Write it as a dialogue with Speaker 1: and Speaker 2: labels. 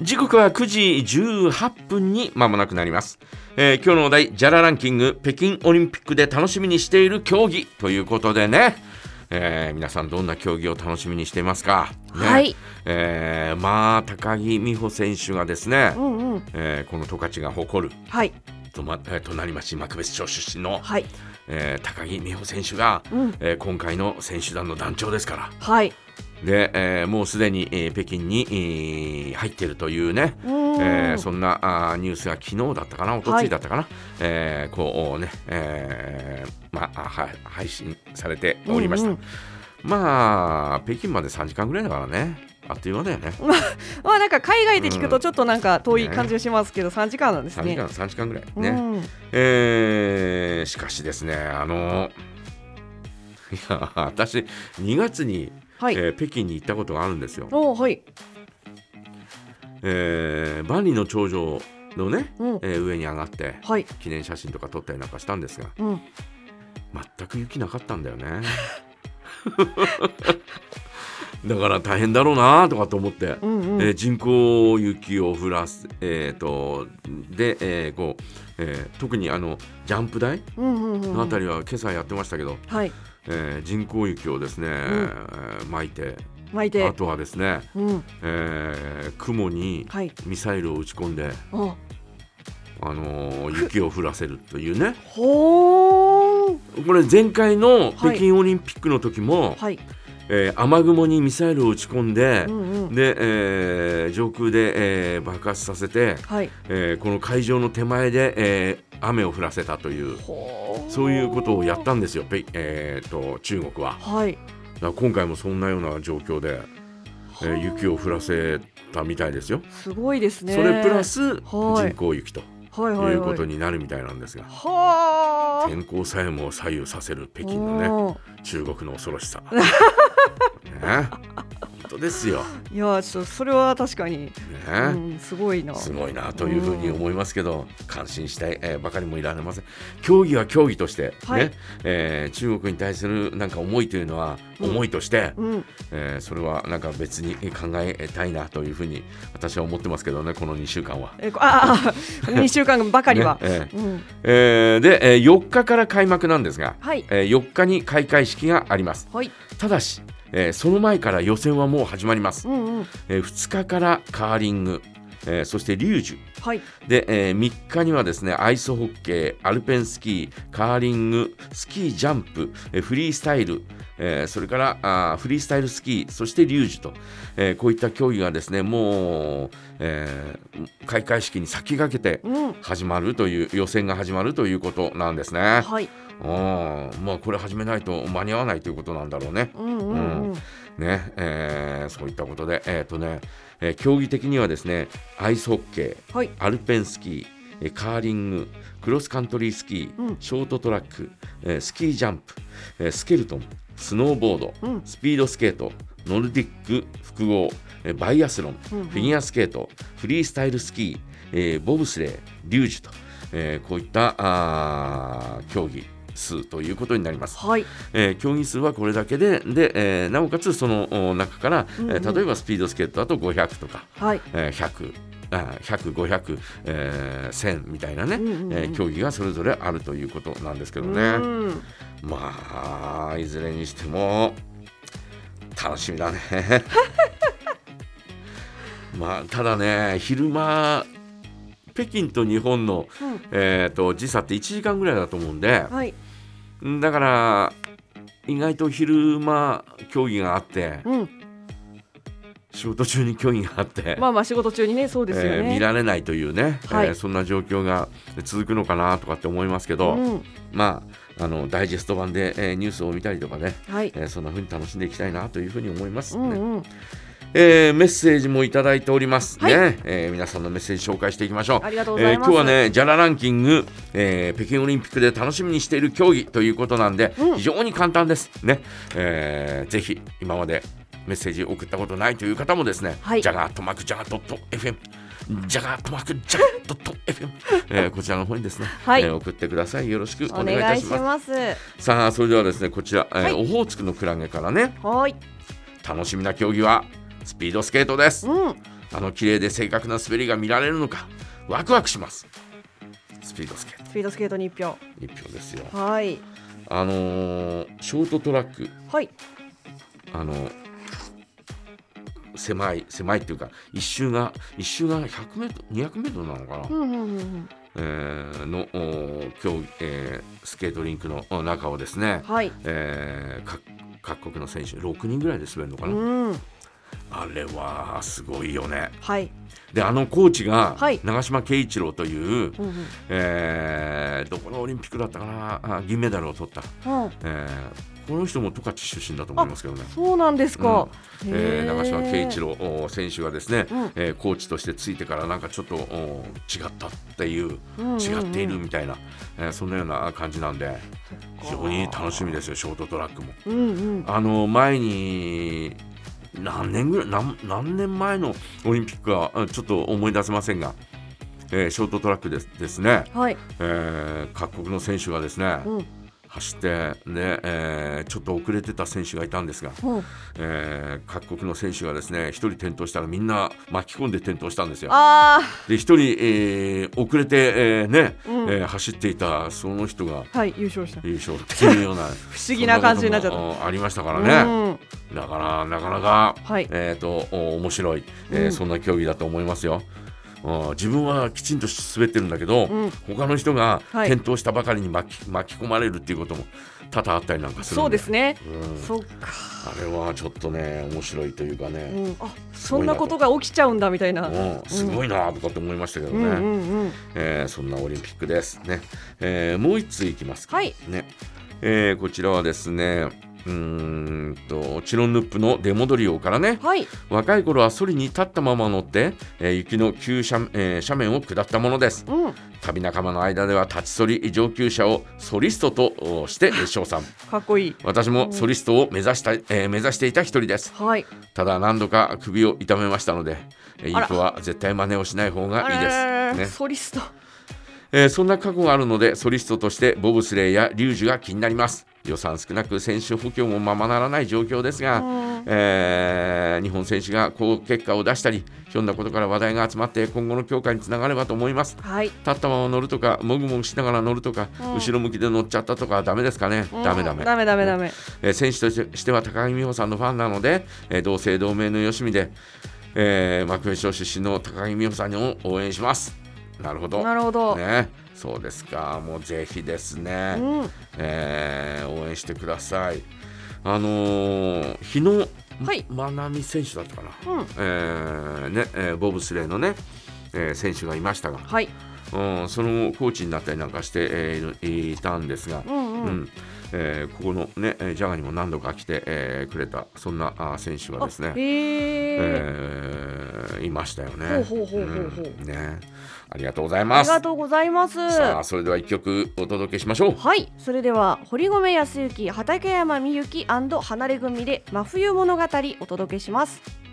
Speaker 1: 時刻は9時18分に間もなくなります、えー今日のお題ジャラランキング北京オリンピックで楽しみにしている競技ということでね、えー皆さんどんな競技を楽しみにしていますか、ね
Speaker 2: はい
Speaker 1: えーまあ高木美帆選手がですね、
Speaker 2: うんうん。
Speaker 1: えーこの十勝が誇る
Speaker 2: はい。
Speaker 1: とまえー隣町幕別町出身の、
Speaker 2: はい。
Speaker 1: えー高木美帆選手が、
Speaker 2: うん
Speaker 1: えー今回の選手団の団長ですから
Speaker 2: はい。
Speaker 1: で、えーもうすでに、えー北京に、えー入っているというね、
Speaker 2: うん
Speaker 1: えーそんなあーニュースが昨日だったかな一昨日だったかな、えーこうね、えーまあ、は配信されておりました、
Speaker 2: うんうん
Speaker 1: まあ北京まで3時間ぐらいだからねあっという間だよね
Speaker 2: まあなんか海外で聞くとちょっとなんか遠い感じがしますけど、三時間なんです
Speaker 1: 3時間
Speaker 2: ね。
Speaker 1: 3時間ぐらいね、
Speaker 2: うん
Speaker 1: えーしかしですねあのいや私2月に、
Speaker 2: はい。
Speaker 1: えー北京に行ったことがあるんですよ、
Speaker 2: おーはい。
Speaker 1: えー万里の長城のね、
Speaker 2: うん。
Speaker 1: えー上に上がって
Speaker 2: はい。
Speaker 1: 記念写真とか撮ったりなんかしたんですが
Speaker 2: うん。
Speaker 1: 全く雪なかったんだよね だから大変だろうなとかと思って、
Speaker 2: うんう
Speaker 1: えー
Speaker 2: ん。
Speaker 1: 人工雪を降らす、えー、とで、えーこうえー特にあのジャンプ台
Speaker 2: うんうんうん。
Speaker 1: のあたりは今朝やってましたけど、
Speaker 2: はい。
Speaker 1: えー人工雪をですね、えー巻いて
Speaker 2: 巻い
Speaker 1: あ
Speaker 2: て。
Speaker 1: とはですね、
Speaker 2: うん。
Speaker 1: えー雲に
Speaker 2: はい。
Speaker 1: ミサイルを打ち込んで、
Speaker 2: あ。
Speaker 1: あのー雪を降らせるというね
Speaker 2: ほー。
Speaker 1: これ前回の
Speaker 2: は
Speaker 1: 北
Speaker 2: い
Speaker 1: 京オリンピックの時も、
Speaker 2: はい。
Speaker 1: えー雨雲にミサイルを打ち込んで
Speaker 2: う、んうん。
Speaker 1: で、えー上空で、えー爆発させて、
Speaker 2: はい。
Speaker 1: えーこの会場の手前で、えー雨を降らせたという
Speaker 2: ほー。
Speaker 1: そういうことをやっ。たんですよ、北えー、と中国は。
Speaker 2: はい。
Speaker 1: だから今回もそんなような状況で、えー雪を降らせたみたいですよ。
Speaker 2: すごいですね。
Speaker 1: それプラ。ス
Speaker 2: はい
Speaker 1: 人工雪と
Speaker 2: はいはいはいい。
Speaker 1: うことになるみたいなんですが、
Speaker 2: はー。
Speaker 1: 天候さえも左右させる北京のね
Speaker 2: おー
Speaker 1: 中国の恐ろ しさ。ね、本当ですよ、
Speaker 2: いやーちょっとそれは確かに、う
Speaker 1: ね
Speaker 2: ん、すごいな。
Speaker 1: すごいなというふうに思いますけど感心したい、えーばかりもいられません競技は競技として、ね
Speaker 2: はい
Speaker 1: えー中国に対するなんか思いというのは
Speaker 2: うん
Speaker 1: 思いとして、
Speaker 2: うん、
Speaker 1: えーそれはなんか別に考えたいなというふうに私は思ってますけどねこの2週間は。
Speaker 2: えこあああ 二週間ばかりは、
Speaker 1: ね えー
Speaker 2: うん、
Speaker 1: えーで、えー4日から開幕なんですが、
Speaker 2: はい
Speaker 1: えー4日に開会式があります
Speaker 2: はい、
Speaker 1: ただし、えーその前から予選はもう始まります、
Speaker 2: うんうん、
Speaker 1: え2日からカーリング、えーそしてリュージュ
Speaker 2: はい、
Speaker 1: で、え3日にはですねアイスホッケーアルペンスキーカーリングスキージャンプ、えーフリースタイル、えーそれからあーフリースタイルスキーそしてリュージュと、えーこういった競技がですねもう、えー開会式に先駆けて
Speaker 2: うん、
Speaker 1: 始まるという予選が始まるということなんですね。
Speaker 2: はい、
Speaker 1: あまあこれ始めないと間に合わないということなんだろうね。
Speaker 2: うんうんうん、
Speaker 1: ね、えーそういったことで、えーとねえー競技的にはですねアイスホッケ
Speaker 2: はい、
Speaker 1: ーアルペンスキーえーカーリングクロスカントリースキー、
Speaker 2: うん
Speaker 1: ショートトラック、えースキージャンプ、えースケルトンスノーボード、
Speaker 2: うん
Speaker 1: スピードスケートノルディック複合、えーバイアスロン、
Speaker 2: うんうん
Speaker 1: フィギュアスケートフリースタイルスキー、えーボブスレーリュージュと、えーこういったあー競技数ということになります。
Speaker 2: はい、
Speaker 1: えー競技数はこれだけでで、えーなおかつそのお中から、えー
Speaker 2: うんうん
Speaker 1: 例えばスピードスケートだと500とか、
Speaker 2: はい、
Speaker 1: えー100。あ100、500、えー1000みたいなね、
Speaker 2: うんうんうん
Speaker 1: えー競技がそれぞれあるということなんですけど
Speaker 2: う
Speaker 1: ね、
Speaker 2: ん、
Speaker 1: まあいずれにしても楽しみ だねまあただね昼間北京と日本の、
Speaker 2: うん、
Speaker 1: えー、と時差って1時間ぐらいだと思うんで、
Speaker 2: はい、
Speaker 1: だから意外と昼間競技があって
Speaker 2: うん、
Speaker 1: 仕事中に競技があって、
Speaker 2: まあまあ仕事中にね、そうですよ
Speaker 1: えー
Speaker 2: ね。
Speaker 1: 見られないというね、
Speaker 2: はい
Speaker 1: えーそんな状況が続くのかなとかって思いますけど、
Speaker 2: うん、
Speaker 1: まああのダイジェスト版で、えーニュースを見たりとかね、
Speaker 2: はい、
Speaker 1: えーそんな風に楽しんでいきたいなという風に思います
Speaker 2: う
Speaker 1: ね、
Speaker 2: んうん、
Speaker 1: えーメッセージもいただいておりますね、
Speaker 2: は
Speaker 1: えー皆さんのメッセージ紹介していきましょう
Speaker 2: ありがとうご
Speaker 1: え
Speaker 2: ざ
Speaker 1: ー
Speaker 2: い
Speaker 1: 今
Speaker 2: ます。
Speaker 1: 日は、ね、ジャラランキング、えー北京オリンピックで楽しみにしている競技ということなんで、
Speaker 2: うん
Speaker 1: 非常に簡単ですね、えーぜひ今までメッセージ送ったことないという方もですね、
Speaker 2: はい
Speaker 1: ジャガートマークジャガドット FM ジャガートマークジャガドット FM、えーこちらの方にですね、
Speaker 2: はい
Speaker 1: えー送ってくださいよろしくお
Speaker 2: お
Speaker 1: 願いい
Speaker 2: 願
Speaker 1: た
Speaker 2: い
Speaker 1: し
Speaker 2: し
Speaker 1: ます
Speaker 2: ます。
Speaker 1: さあそれではですねこちら、えー
Speaker 2: はい
Speaker 1: オホーツクのクラゲからね
Speaker 2: はーい、
Speaker 1: 楽しみな競技はスピードスケートです
Speaker 2: うん
Speaker 1: あの綺麗で正確な滑りが見られるのかワクワクしますスピードスケート
Speaker 2: スピードスケートに一票
Speaker 1: 一票ですよ
Speaker 2: はい
Speaker 1: あのーショートトラック
Speaker 2: はい
Speaker 1: あの狭い狭いっていうか一周が一周が100メートル200メートルなのかな、
Speaker 2: うんうんうんうん
Speaker 1: えーのお競技、えースケートリンクのお中をですね、
Speaker 2: はい
Speaker 1: えーか各国の選手6人ぐらいで滑るのか
Speaker 2: う
Speaker 1: な、
Speaker 2: ん
Speaker 1: あれはすごいよね
Speaker 2: はい
Speaker 1: であのコーチが
Speaker 2: はい
Speaker 1: 長嶋圭一郎という、
Speaker 2: うんうん
Speaker 1: えーどこのオリンピックだったかなあ銀メダルを取った、
Speaker 2: うん
Speaker 1: えーこの人も十勝出身だと思いますけどね、
Speaker 2: そうなんですか、
Speaker 1: えー長嶋圭一郎お選手がですね、
Speaker 2: うん
Speaker 1: えーコーチとしてついてからなんかちょっとお違ったっていう違っているみたいな、えーそんなような感じなんで非常に楽しみですよショートトラックも。
Speaker 2: みうんうん
Speaker 1: あの前に何年ぐらい何何年前のオリンピックはあちょっと思い出せませんが、えーショートトラックですですね、
Speaker 2: はい
Speaker 1: えー各国の選手がですね、
Speaker 2: うん
Speaker 1: 走って、ねえーちょっと遅れてた選手がいたんですが、
Speaker 2: うん
Speaker 1: えー各国の選手がですね一人転倒したらみんな巻き込んで転倒したんですよ。
Speaker 2: あ
Speaker 1: で一人、えー遅れて、えーね
Speaker 2: うん
Speaker 1: えー走っていたその人が
Speaker 2: あはい優勝した不
Speaker 1: 優勝っていうよう な
Speaker 2: 思議な感じになっちゃっ
Speaker 1: そん
Speaker 2: た
Speaker 1: なこともありましたからね。
Speaker 2: うん
Speaker 1: だからなかなか、
Speaker 2: はい
Speaker 1: えー、とお面白い、えー
Speaker 2: うん
Speaker 1: そんな競技だと思いますよ。うん自分はきちんと滑ってるんだけど、
Speaker 2: うん
Speaker 1: 他の人が
Speaker 2: はい
Speaker 1: 転倒したばかりに巻き巻き込まれるっていうことも多々あったりなんかするん
Speaker 2: そうですね
Speaker 1: うん
Speaker 2: そっか
Speaker 1: あれはちょっとね面白いというか
Speaker 2: う
Speaker 1: ね、
Speaker 2: んあそんなことが起きちゃうんだみたいな
Speaker 1: うんすごいなとかって思いましたけど
Speaker 2: う
Speaker 1: ね、
Speaker 2: んうんうん
Speaker 1: えーそんなオリンピックですね、えーもう一通いきますか、
Speaker 2: はい
Speaker 1: ねえーこちらはですねうーんとチロンヌップの出戻り王からね、
Speaker 2: はい
Speaker 1: 若い頃はソリに立ったまま乗って、えー雪の急斜,、えー斜面を下ったものです
Speaker 2: うん
Speaker 1: 旅仲間の間では立ちソリ上級者をソリストとおして称賛
Speaker 2: かっこいい
Speaker 1: 私もソリストを目指したい、えー目指していた一人です
Speaker 2: はい
Speaker 1: ただ何度か首を痛めましたのでえーイン
Speaker 2: あら
Speaker 1: フは絶対真似をしない方がいい
Speaker 2: あららら
Speaker 1: です、ね
Speaker 2: ソリスト
Speaker 1: えーそんな過去があるのでソリストとしてボブスレーやリュージュが気になります予算少なく選手補強もままならない状況ですが、
Speaker 2: うん
Speaker 1: えー日本選手が好結果を出したりひょんなことから話題が集まって今後の強化につながればと思います
Speaker 2: はい
Speaker 1: 立ったまま乗るとかもぐもぐしながら乗るとか、
Speaker 2: うん
Speaker 1: 後ろ向きで乗っちゃったとかはダメですかね、
Speaker 2: うん
Speaker 1: ダメダメ
Speaker 2: ダメダメダメ
Speaker 1: えー選手としては高木美帆さんのファンなので、えー同姓同名のよしみで、えー、幕張町出身の高木美帆さんを応援しますなるほど
Speaker 2: なるほど
Speaker 1: ねそうですかもうぜひですね、
Speaker 2: うん
Speaker 1: えー応援してください。あのー日野
Speaker 2: はい
Speaker 1: まなみ選手だったかな、
Speaker 2: うん
Speaker 1: えーねえーボブスレーのね、えー選手がいましたが、
Speaker 2: はい
Speaker 1: うん、その後コーチになったりなんかして、えーいたんですが、
Speaker 2: うん
Speaker 1: う
Speaker 2: うん
Speaker 1: んえーここの、ね、えージャガにも何度か来て、えーくれたそんなあー選手がですね
Speaker 2: あ、へえ
Speaker 1: えーいましたよね。
Speaker 2: ほうほうほうほうほうん
Speaker 1: ねありがとうござい
Speaker 2: あ
Speaker 1: ま
Speaker 2: り
Speaker 1: す。
Speaker 2: がとうございます
Speaker 1: さあそれでは一曲お届けしましょう。
Speaker 2: はいそれでは堀米康之畠山みゆき離れ組で真冬物語お届けします